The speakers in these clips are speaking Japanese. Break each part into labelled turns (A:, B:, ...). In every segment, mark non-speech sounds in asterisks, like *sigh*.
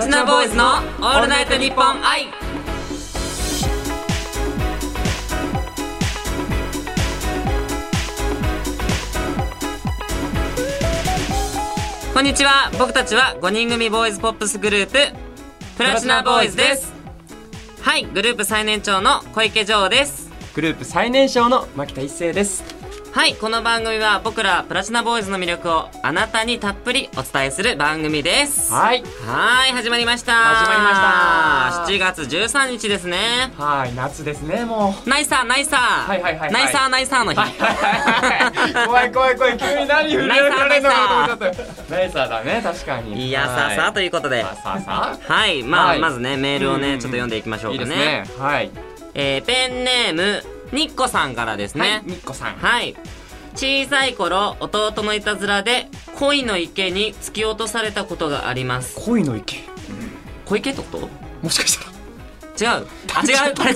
A: チナボーイズのオールナイトニッポン愛こんにちは僕たちは5人組ボーイズポップスグループプラチナボーイズですはいグループ最年長の小池城です
B: グループ最年少の牧田一成です
A: はい、この番組は僕らプラチナボーイズの魅力をあなたにたっぷりお伝えする番組です。は
B: はい
A: ーい、始まりました。。
B: 始まりました
A: 7月13日ですね。
B: はい夏ですねもう
A: ナイサー、ナイサー。はい
B: はいはいはい
A: ナイサー、ナイサーの日。
B: はいはいはい怖い怖い怖い急に何振られるのかと思っちゃったナイサーだね確か
A: *laughs*
B: に
A: いや、さあさあということで。
B: さあさあさあ
A: はい、まあ、
B: はい
A: まずね、メールをね、
B: う
A: ちょ
B: ん
A: っと読んでいきましょう
B: いい
A: か
B: です
A: ね。
B: ねはい
A: えーペンネーム、ニッコさんからです
B: はい
A: ね。
B: みっこさん
A: はい。小さい頃、弟のいたずらで、恋の池に突き落とされたことがあります。
B: 恋の池
A: 小池ってこと
B: もしかしたら
A: 違うあ違うこれ違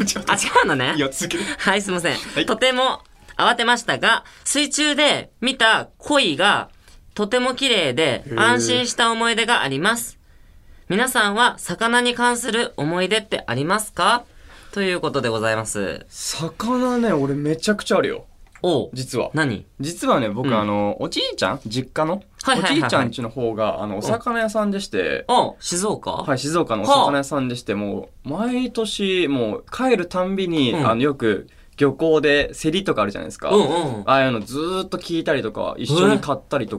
A: う
B: ちょっ
A: あ
B: と
A: 違うのね
B: いや続ける
A: はいすいません、
B: い
A: とても慌てましたが水中で見た鯉がとても綺麗で
B: ー
A: 安心した思い出があります皆さんは魚に関する思い出ってありますかということでございます
B: 魚ね俺めちゃくちゃあるよ
A: おう
B: 実は
A: 何
B: 実はね僕、
A: うん
B: あのおじいちゃん実家の、
A: はいはいはいはい
B: おじいちゃん家の方があのお魚屋さんでして、
A: おう静岡は
B: はい、静岡のお魚屋さんでして、もう、毎年、もう、帰るたんびに、
A: うん
B: あの、よく、漁港で、競りとかあるじゃないですか。
A: うんうん
B: ああいうのずーっと聞いたりとか、一緒に買ったり
A: う
B: と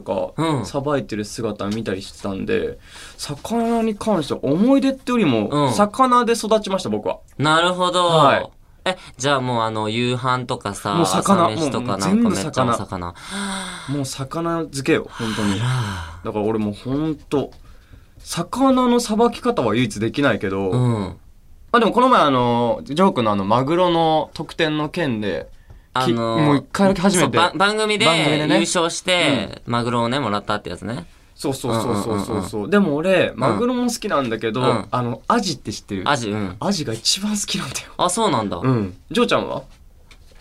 A: ん
B: か、さばいてる姿見たりしてたんで、魚に関しては思い出ってより
A: う
B: も
A: ん、
B: 魚で育ちました、僕は。
A: なるほど、
B: はい
A: えじゃあもうあの夕飯とかさ
B: もう魚
A: 朝飯と
B: も
A: か
B: う
A: なんか
B: 全部
A: めっちゃお魚
B: 魚もう魚漬けよ、本当に。
A: あ
B: だから俺もうほんと、魚のさばき方は唯一できないけど、
A: らうん
B: あ、でもこの前あの、ジョークのあの、マグロの特典の件で、
A: あのー
B: もう一回だけ初めて
A: そうば番組で
B: 番組でね
A: 優勝して、マグロをね、もらったってやつね。
B: そうそうそうそうそ
A: う
B: う
A: ん
B: そう,、でも俺、マグロも好きなんだけど、
A: うん
B: あの、アジって知ってる
A: アジ、うん。
B: アジが一番好きなんだよ。
A: あ、そうなんだ。
B: うん。ジョーちゃんは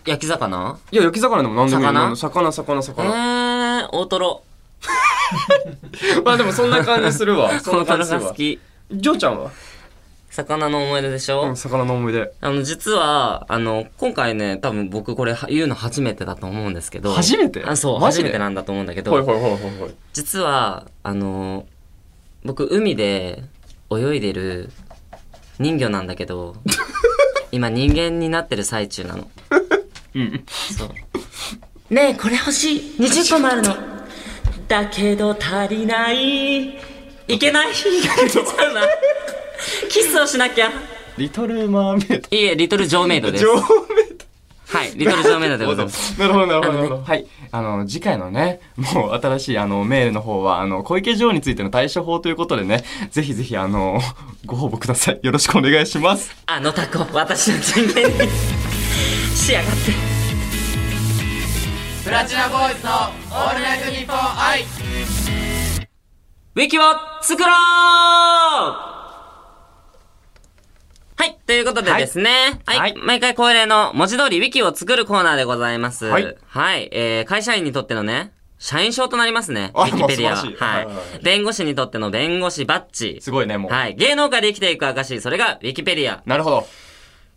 A: 焼き魚
B: いや、焼き魚でも何でもいいよ
A: 魚
B: 魚、魚、
A: え
B: 魚。
A: ー、大ト
B: *laughs*
A: ロ。
B: まあでもそんな感じする *laughs* わ。そん
A: 大ト
B: な感じ
A: ロ
B: す
A: が
B: るわ
A: 好。き。
B: ジョーちゃんは
A: 魚の思い出でしょ、
B: うん、魚の思い出。
A: あの、実は、あの、今回ね、多分僕これは言うの初めてだと思うんですけど。
B: 初めて
A: あそう、
B: マジ
A: 初
B: で
A: めてなんだと思うんだけ
B: ほ
A: ど、
B: いほいほいほいほい。
A: 実は、あの、僕、海で泳いでる人魚なんだけど、 *laughs* 今人間になってる最中なの。
B: うん。
A: そう。ねえ、これ欲しい。20個もあるの。だけど足りない。いけない。ちょっとな *laughs* キスをしなきゃ。
B: リトルマーメイド。
A: いいえ、リトルジョーメイドです。
B: ジョーメイド。
A: はい、リトルジョーメイドでございます。
B: なるほど、なるほど、な
A: あのね
B: るほど。はい。あの、次回のね、もう新しいあの、メールの方は、あの、小池城についての対処法ということでね、ぜひぜひ、あの、ご応募ください。よろしくお願いします。
A: あのタコ、私の人間にしやがって。プラチナボーイズのオールナイトニッポン愛。ウィキを作ろうはい、ということでですね。は
B: はい
A: い。
B: はい
A: 毎回恒例の文字通りウィキを作るコーナーでございます。
B: はい
A: はい。えー、会社員にとってのね、社員証となりますね。ウ
B: あ
A: ィキペディアは。
B: もう素晴らしい
A: は
B: はいはいはい
A: い。弁護士にとっての弁護士バッジ。
B: すごいね、もう。
A: はい。芸能界で生きていく証、それがウィキペディア。
B: なるほど。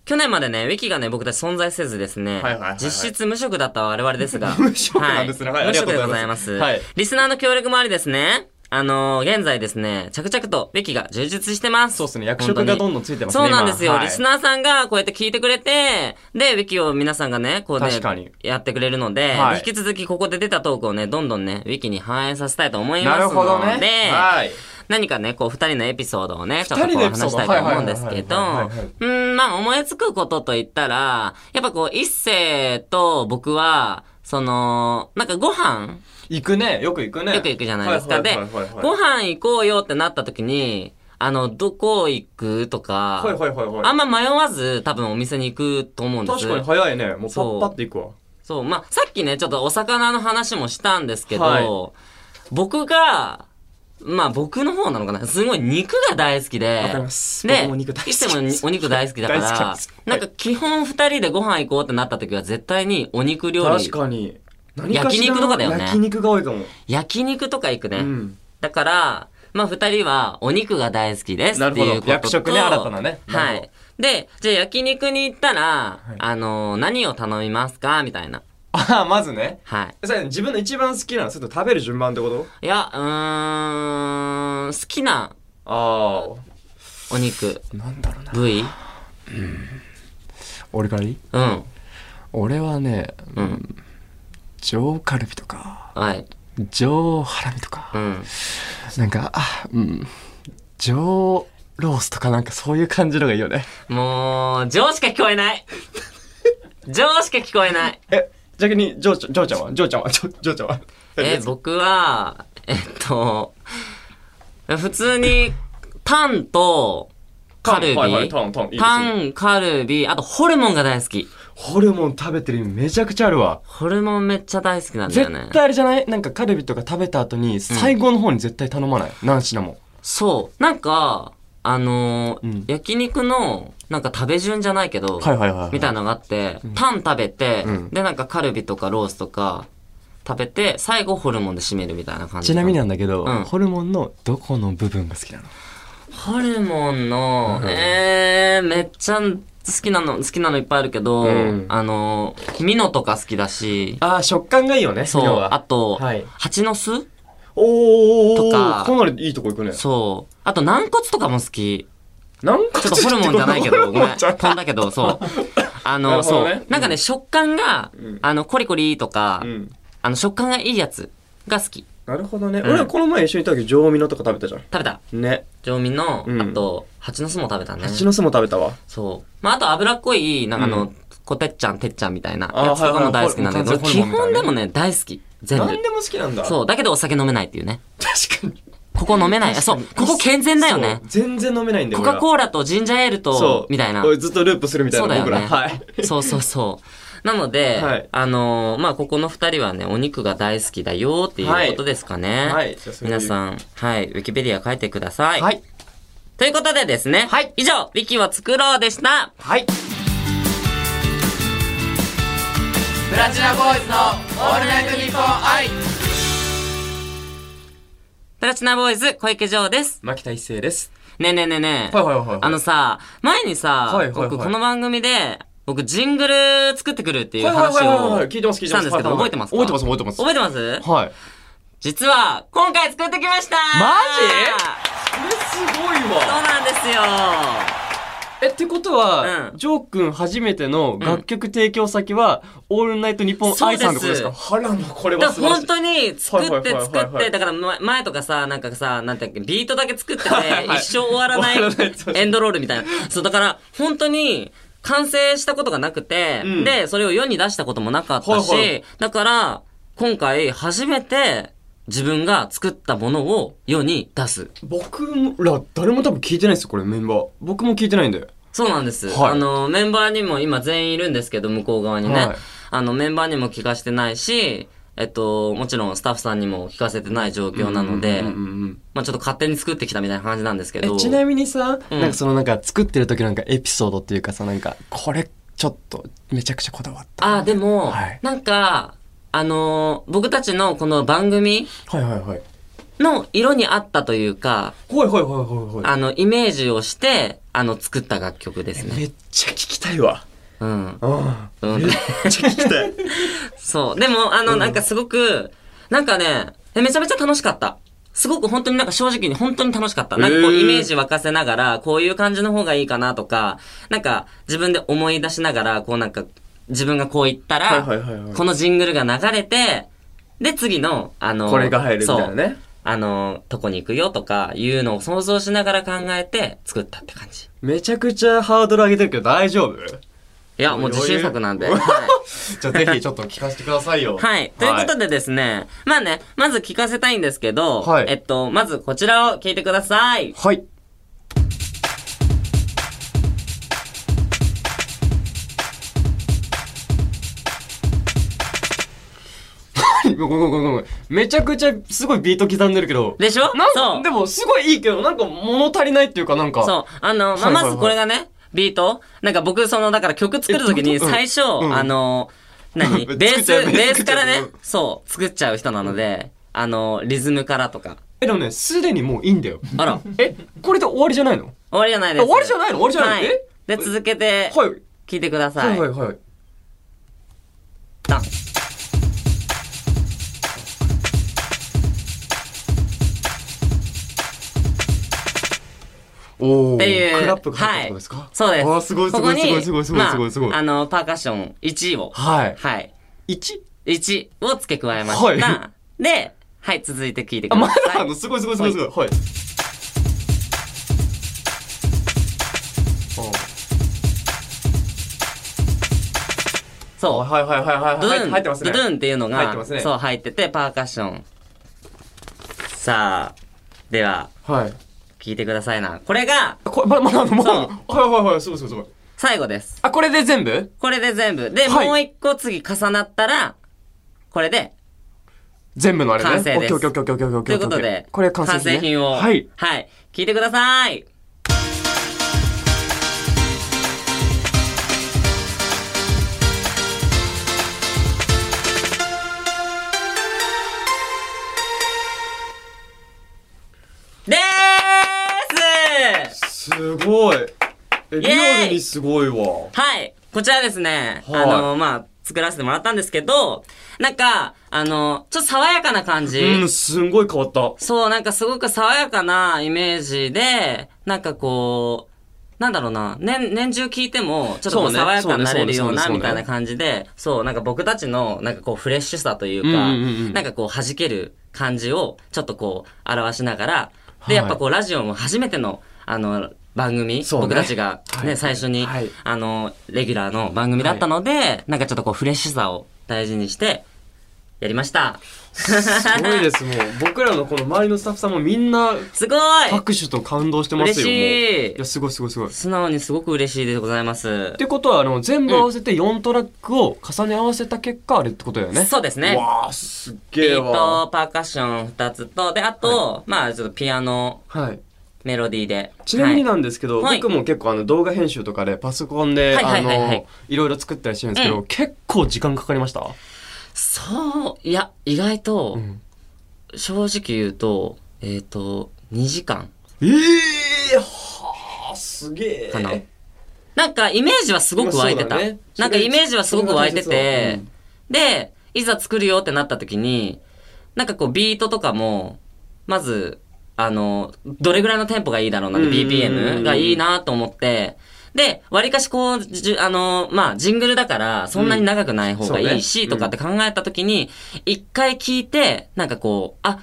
A: 去年までね、ウィキがね、僕たち存在せずですね、
B: はいはいはいはい
A: 実質無職だった我々です
B: *laughs*
A: が、
B: 無職なんですねはい
A: 無
B: ありが
A: 職
B: と
A: で
B: う
A: ご
B: ご
A: ざ
B: ざ
A: い
B: い
A: ま。
B: ますすはい
A: リスナーの協力もありですね、あのー現在ですね、着々とウィキが充実してます。
B: そうっすね役職がどんどんついてますね
A: そうなんですよ、
B: 今はい
A: リスナーさんがこうやって聞いてくれて、で、ウィキを皆さんがね、こうね
B: 確かに、
A: やってくれるので、
B: はい
A: 引き続きここで出たトークをね、どんどんね、ウィキに反映させたいと思いま
B: な
A: すの
B: る
A: で、
B: ほどね。はい。
A: 何かね、こう、二人のエピソードをね、ちょっとこ
B: 二
A: う
B: 人のエピソー
A: 話
B: ド
A: したいと思うんですけど、う
B: はいはいはいはいはいはい
A: ーん、まあ、思いつくことと言ったら、やっぱこう、一世と僕は、その、なんかご飯
B: 行くね、よく行くね。
A: よく行くじゃないですか。
B: は
A: で
B: はいはいはい、
A: ご飯行こうよってなった時に、あの、どこ行くとか、
B: はいはいはいはい。
A: あんま迷わず多分お店に行くと思うんです
B: 確かに早いね。もうパッパって行くわ。
A: そう、まあ、さっきね、ちょっとお魚の話もしたんですけど、
B: はい
A: 僕が、まあ僕の方なのかなすごい肉が大好きで。
B: わかります
A: で、
B: 僕もお肉大好き
A: いつもにお肉大好きだから、
B: 大好きなんです
A: なんか基本二人でご飯行こうってなった時は絶対にお肉料
B: 確
A: 理。
B: かに。
A: 焼肉とかだよね
B: 焼肉が多いかも。
A: 焼肉とか行くね。
B: うん。
A: だから、まあ、二人はお肉が大好きですっていうことと。
B: なるほど役職ね新たなねな
A: は
B: るほ
A: い。で、じゃあ焼肉に行ったら、
B: い
A: あの、何を頼みますかみたいな。
B: ああ、まずね。
A: はい。
B: それ自分の一番好きなの、それと食べる順番ってこと
A: いや、うーん、好きな
B: あ
A: お肉、
B: あ。なんだろうな。
A: 部位
B: 俺からいい
A: うん。
B: 俺はね、
A: う
B: うんん、上カルビとか、
A: はい。
B: 上ハラミとか、
A: うん。
B: なんか、あ、うん、上ロースとかなんかそういう感じのがいいよね。
A: もう、ジョーしか聞こえない。ジョーしか聞こえ
B: *laughs*
A: ない。
B: え、逆に、ジョーちゃん、ジョーちゃんはジョーちゃんはジョジョーちゃんは
A: え、僕は、えっと、普通に、タンと、カルビ、
B: はいはいタンタンいいですね
A: タンカルビ、あとホルモンが大好き。
B: ホルモン食べてる意味めちゃくちゃあるわ。
A: ホルモンめっちゃ大好きなんだよね
B: 絶。対あれじゃないなんかカルビとか食べた後に最後の方に絶対頼まない、何品も
A: そう。なんか、あのー
B: うん
A: 焼肉の、なんか食べ順じゃないけど、
B: はいはいはいはい
A: みたいなのがあって、タン食べて、
B: うん
A: で、なんかカルビとかロースとか食べて、最後ホルモンで締めるみたいな感じ。
B: ちなみになんだけど、
A: うん
B: ホルモンのどこの部分が好きなの
A: ホルモンの、
B: うん
A: えー、めっちゃ好きなの、好きなのいっぱいあるけど、
B: うん
A: あのー、ミノとか好きだし、
B: ああ食感がいいよね
A: そう、あと、
B: はい
A: 蜂の巣
B: おー
A: とか
B: かなりいいとこ行くね
A: そう。あと軟骨とかも好き。
B: なんか
A: ちょっとホルモンじゃないけど、ごめん。
B: ちょっと
A: 飛んだけど、そう。あ
B: *laughs* な
A: の、
B: るほど
A: そ
B: ね
A: う。なんかね、食感が
B: うん、
A: あの、コリコリとか
B: う、ん
A: あの、食感がいいやつが好き。
B: なるほどね、
A: ん
B: 俺はこの前一緒にいた時上ミノとか食べたじゃん
A: 食べた。
B: ね
A: 上味の、
B: うん
A: あと、蜂の巣も食べたね。
B: 蜂の巣も食べたわ
A: そう。まあ、あと脂っこい、なんかあ
B: う
A: の、こてっちゃん、てっちゃんみたいな
B: あー
A: やつとかも大好きなんだけど、
B: はいはい
A: 基
B: はいホ
A: 本でも
B: ルモンとか
A: ね、大好き。全部。
B: 何でも好きなんだう
A: そう。だけどお酒飲めないっていうね。
B: 確かに
A: ここ飲めない。あそう。ここ健全だよね
B: そう。全然飲めないんだよ
A: コカ・コーラとジンジャーエール
B: ー
A: と、みたいな。
B: ずっとループするみたい
A: そ
B: な
A: うだよね
B: 僕らはい
A: そうそうそう。なので、
B: はい
A: あのーまあ、ここの二人はね、お肉が大好きだよっていうことですかね。
B: はいじゃあそういう
A: 皆さん、はい、ウィキペディア書いてください。
B: はい
A: ということでですね、
B: はい
A: 以上、ウィキを作ろうでした。
B: はい
A: プラチナボーイズのオールナイトニッポン愛プラチナボーイズ、小池ジョーです。
B: 牧田一成です
A: ねえねえねえねえ。
B: はいはいはいはい
A: あのさ、前にさ、
B: はいはいはい
A: 僕この番組で、僕ジングル作ってくるっていう
B: はい
A: 話
B: はいはいはい
A: を
B: 聞いてます聞いて
A: した
B: ま
A: ん
B: す
A: ですけど、
B: はいは
A: 覚
B: い
A: えてますか
B: 覚えてます覚えてます
A: 覚えてます
B: はい。
A: 実は、今回作ってきました
B: マ
A: そ
B: すごいわ。
A: うなんですよ
B: え、ってことは、
A: うん
B: ジョー君初めての楽曲提供先は、オールナイトニッポンアイさんってことですかはらの、これ
A: だから本当に作
B: は
A: っ
B: いはい
A: て
B: はい
A: 作
B: はい
A: っ
B: は
A: て、
B: い
A: だからま前とかさ、なんかさ、なんていうっけビートだけ作ってて
B: はい、はい
A: 一生終わらない
B: 終わらないそう
A: エンドロールみたいな。そう、だから本当に完成したことがなくて
B: う、ん
A: で、それを世に出したこともなかった
B: はいは
A: し、だから今回初めて自分が作ったものを世に出す。
B: 僕ら、誰も多分聞いてないですよ、これメンバー。僕も聞いてないんで。
A: そうなんです。
B: はい
A: あの、メンバーにも今全員いるんですけど、向こう側にね。
B: はい
A: あの、メンバーにも聞かせてないし、えっと、もちろんスタッフさんにも聞かせてない状況なので、
B: うんうんうんうん
A: まあちょっと勝手に作ってきたみたいな感じなんですけ
B: え
A: ど。
B: ちなみにさ、
A: うん
B: なんかそのなんか作ってる時のなんかエピソードっていうかさ、なんか、これ、ちょっと、めちゃくちゃこだわった。
A: あ、でも、
B: はい
A: なんか、あのー僕たちのこの番組
B: はいはいはい。
A: の色に合ったというか、
B: ほいほいほいほいほい。
A: あの、イメージをして、あの、作った楽曲ですね。
B: めっちゃ聞きたいわ。
A: うん。
B: うん
A: うん
B: めっちゃ聞き
A: *laughs*
B: たい。
A: そう。でも、あの、なんかすごく、なんかね、えめちゃめちゃ楽しかった。すごく本当になんか正直に本当に楽しかった。なんかこう
B: へー
A: イメージ沸かせながら、こういう感じの方がいいかなとか、なんか自分で思い出しながら、こうなんか自分がこう言った
B: は
A: ら
B: いはいはいはい、
A: このジングルが流れて、で次の、あの、
B: これが入るみたいな
A: そう。
B: ね。
A: あの、とこに行くよとかいうのを想像しながら考えて作ったって感じ。
B: めちゃくちゃハードル上げてるけど大丈夫
A: いや、もう自信作なんで。
B: 余裕
A: はい
B: じゃあぜひちょっと聞かせてくださいよ。 *laughs*
A: はい。ということでですね、まあね、まず聞かせたいんですけど、
B: はい
A: えっと、まずこちらを聞いてください。
B: はい。何 *laughs* ごめんごめんごめんごめんめちゃくちゃすごいビート刻んでるけど。
A: でしょ
B: なん
A: そう
B: か、でもすごいいいけど、なんか物足りないっていうかなんか。
A: そう。あの、まあ、
B: はいはいはい
A: まずこれがね、ビートなんか僕、その、だから曲作るときに
B: えどういう
A: 最
B: こと
A: 初、
B: うん
A: あの、
B: *laughs*
A: 何ベー
B: 作っ
A: ス、
B: ちゃう
A: ベースから
B: 作っちゃう
A: ね
B: うん、
A: そう、作っちゃう人なので、あの、リズムからとか、
B: えでもねすでにもういいん
A: *laughs*
B: だよ
A: あら、
B: えこれで終わりじゃないの
A: 終わりじゃない
B: あ
A: です。
B: 終わりじゃないの終わりじゃないの、
A: はい。で、続けて
B: え、はい
A: 聞いてくださ。
B: はいいはいはい
A: ダン
B: おお
A: っていう。
B: クラップが入ったってことですか、
A: はい、そうです。
B: あーすごいすごいすごいすごいすごいすごいすご
A: ここに
B: い
A: まあ、あの、パーカッション1を、
B: はい
A: はい。
B: 1
A: 1を付け加えました。
B: は
A: で、はい、続いて聞いてく
B: あ
A: ださい。
B: まだあのすごいすごいすごいすごいはいあ
A: そう。
B: はいはいはいはい
A: ドゥド
B: は
A: ゥ
B: い
A: ン、
B: 入ってますね
A: ドゥドゥンっていうのが、
B: 入ってますね
A: そう入ってて、パーカッション。さあ、では、
B: はい
A: 聞いてくださいな。これが、
B: これまだまだまだ
A: そう
B: はいはいはいすごいすごいすごい
A: 最後です。
B: あこれで全部
A: これで全部。で、
B: はい
A: もう一個次重なったら、これで、
B: 全部のあれね
A: 完成です
B: オッケーオッケーオッケーオッ
A: と
B: ケ
A: い
B: ー
A: うこ
B: オッケーオッケー
A: とで、
B: これ完成,、ね、
A: 品を、
B: はい
A: はい、聞いてください。でーす
B: すごいえ
A: イエーイ
B: すごいわ
A: はい。こちらですね、
B: はい
A: あの、まあ、作らせてもらったんですけど、なんか、あの、ちょっと爽やかな感じ。
B: うんすんごい変
A: *laughs*
B: わった
A: そう、なんかすごく爽やかなイメージで、なんかこう、なんだろうな、年、年中聞いても、ちょっとこう
B: そうね
A: 爽やかになれるよ
B: そううね
A: な、
B: そうねそうね
A: みたいな感じで、そう、なんか僕たちの、なんかこう、フレッシュさという
B: うんうんうんう
A: か、
B: ん
A: なんかこう、弾ける感じを、ちょっとこう、表しながら、
B: は
A: で、
B: い
A: やっぱこう、ラジオも初めての、あの、番組、
B: そうね
A: 僕たちが
B: はい
A: ね、最初に
B: はい、
A: あの、レギュラーの番組だったので、なんかちょっとこう、フレッシュさを大事にして、やりました。
B: すごいですもう僕らのこの周りのスタッフさんもみんな
A: *laughs* すごい
B: 拍手と感動してますよもう
A: 嬉しい
B: やすごいすごいすごいっ
A: 素直にすごく嬉しいでございます。
B: てことはあの全部合わせて4トラックを重ね合わせた結果あれってことだよね
A: そうですね。
B: わあすっ
A: ビ
B: げえ
A: ー
B: わ
A: ト、パーカッション2つと、で、あと、まあ、ちょっとピアノ、
B: はい
A: メロディーで。
B: ちなみに
A: はい
B: なんですけど、
A: はい
B: 僕も結構あの動画編集とかでパソコンで、
A: はいはいはいはい
B: あのいろいろ作ったりしてるんですけど、
A: う
B: 結構時間かかりました、
A: そう、いや、意外と、
B: ん
A: 正直言うと、えっ、と、2時間
B: ええはあすげえ
A: かな。なんか、イメージはすごく湧いてた。
B: まあそうだね
A: なんか、イメージはすごく湧いて
B: それが大
A: て
B: 切、
A: で、いざ作るよってなった時に、なんかこう、ビートとかも、まず、あの、どれぐらいのテンポがいいだろうな、
B: うんうんうんうん
A: BPM がいいなと思って、で、割かしこう、じゅあの、まあ、ジングルだから、そんなに長くない方がいいし、
B: うん
A: と
B: そうね
A: かって考えた時に、一回聞いて、なんかこう、あ、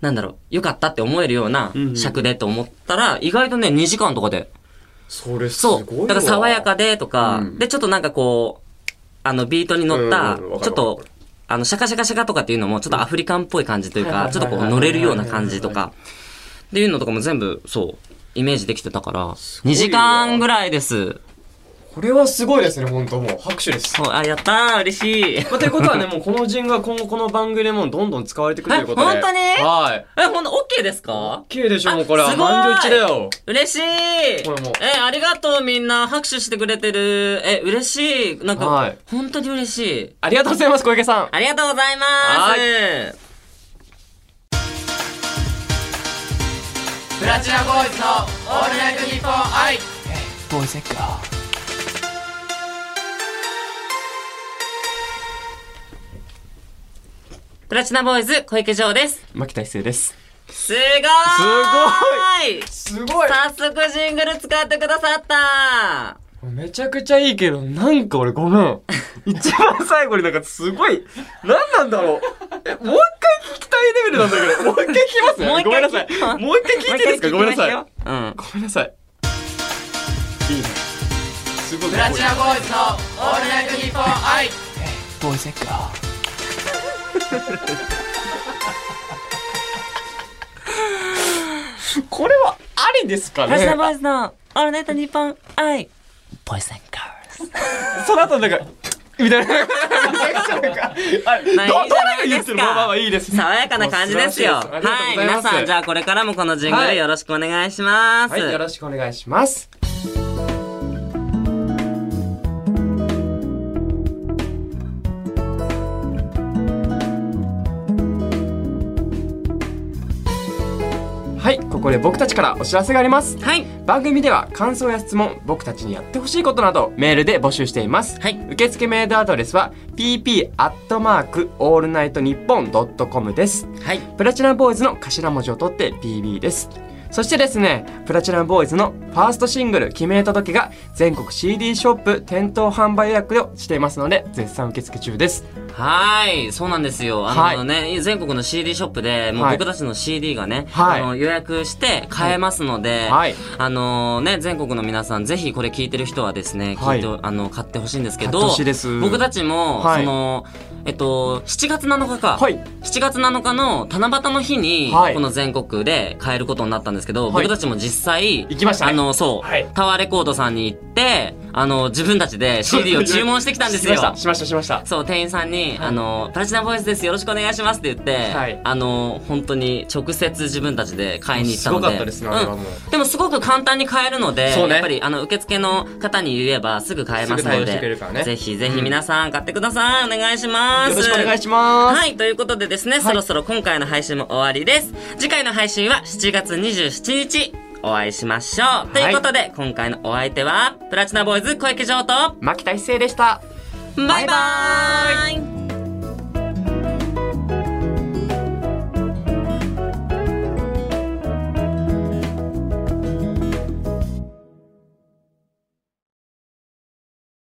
A: なんだろう、よかったって思えるような
B: うんうん
A: 尺でと思ったら、意外とね、2時間とかで
B: それすご
A: そ。
B: いう
A: だから爽やかでとか、
B: うん
A: で、ちょっとなんかこう、あの、ビートに乗った、
B: うんうんわかるわかる
A: ちょっと、あの、シャカシャカシャカとかっていうのも、ちょっとアフリカンっぽい感じという
B: はい
A: か
B: は、い
A: ちょっとこう
B: はい
A: 乗れるような感じとか、っていうのとかも全部、そう、イメージできてたから、
B: ごい
A: 2
B: わ
A: 時間ぐらいです。
B: これはすごいですね本当もう拍手です
A: そう、あ、やったー、嬉しい。え、
B: まあ、ということはね、もうこの人が今後この番組でもどんどん使われてくるということで。
A: *laughs* え本当に
B: はい。
A: ほんと、OK ですか
B: OK でしょ、もうこれ
A: あ
B: は。
A: すごい
B: 満場一致だよ。
A: 嬉しいえ
B: これもう、
A: ありがとうみんな、拍手してくれてる。え、嬉しい。なん
B: は
A: か
B: い、
A: 本当に嬉しい。
B: ありがとうございます、小池さん。
A: ありがとうございます。プラチナボーイズのオールナイトニッポン愛。
B: ボイセッカ
A: プラチナボーイズ小池城です。
B: 牧田一成です。
A: すごーい。
B: すごい
A: 早速ジングル使ってくださった。
B: めちゃくちゃいいけど、なんか俺ごめ *laughs* ん。一番最後になんかすごい、なんなんだろう。えもう一回聞きたいレベルなんだけど、もう一回聞きます
A: もう一回聞
B: ね。ごめんなさい。もう一回聞いていいですかごめんなさい。
A: もう
B: ご
A: 一回聞きま
B: めんなさい。いいね。すごい。プ
C: プラチナボーイズのオールナイトニッポン愛
B: ボイセッカー。これはありですか
A: プラチナボ
B: ね
A: ーイズのオールナイトニッポン愛。ボイスンガール
B: その後なんか、みたいな。なんかあど
A: まあいいじゃないですか
B: どれが言ってるまあまあまあいいです。
A: 爽やかな感じですよ。
B: 素晴
A: は
B: らしいですあ
A: い、
B: りがとうござい
A: 皆
B: ます
A: さん、じゃあこれからもこのジング
B: は
A: ル
B: い
A: よろしくお願いします。
B: はい、よろしくお願いします。はいここで僕たちからお知らせがあります
A: はい
B: 番組では感想や質問僕たちにやってほしいことなどメールで募集しています、
A: はい
B: 受付メールアドレスは pp アットマークオールナイトニッポンドットコムです
A: はい
B: プラチナボーイズの頭文字を取って PB ですそしてですねプラチナボーイズのファーストシングル「記名届」が全国 CD ショップ店頭販売予約をしていますので絶賛受付中です
A: はい、そうなんですよ。あのね、全国の CD ショップで、もう
B: はい
A: 僕たちの CD がね、
B: はい
A: あの予約して買えますので、
B: はい
A: あのね、全国の皆さん、ぜひこれ聞いてる人はですね、
B: はい
A: 聞いて、あの、買ってほしいんですけ
B: 買って
A: ど
B: ほしいです、
A: 僕たちも、
B: はい
A: その、えっと、7月7日か、
B: はい
A: 7月7日の七夕の日に、
B: はい
A: この全国で買えることになったんですけど、
B: はい
A: 僕たちも実際、
B: 行きましたね
A: あの、そう、
B: はい
A: タワーレコードさんに行って、あの、自分たちで CD を注文してきたん
B: *laughs*
A: ですよ。
B: しましたしましたしました
A: そう店員さんに、あの「プラチナボイスですよろしくお願いします」って言って、
B: はい
A: あの本当に直接自分たちで買いに行ったのです
B: ごかったですねあれはもう
A: うん、でもすごく簡単に買えるので、
B: そうね
A: やっぱりあの受付の方に言えばすぐ買えます
B: すぐ対
A: の
B: 応してくれ
A: で
B: るからね
A: ぜひぜひ皆さん買ってください、お願いします
B: よろしくお願いします、
A: はい、ということでですね、そろそろ今回の配信も終わりです。次回の配信は7月27日、お会いしましょう。ということで、今回のお相手は、プラチナボーイズ小池城と、
B: 牧田一成でした
A: バイバーイ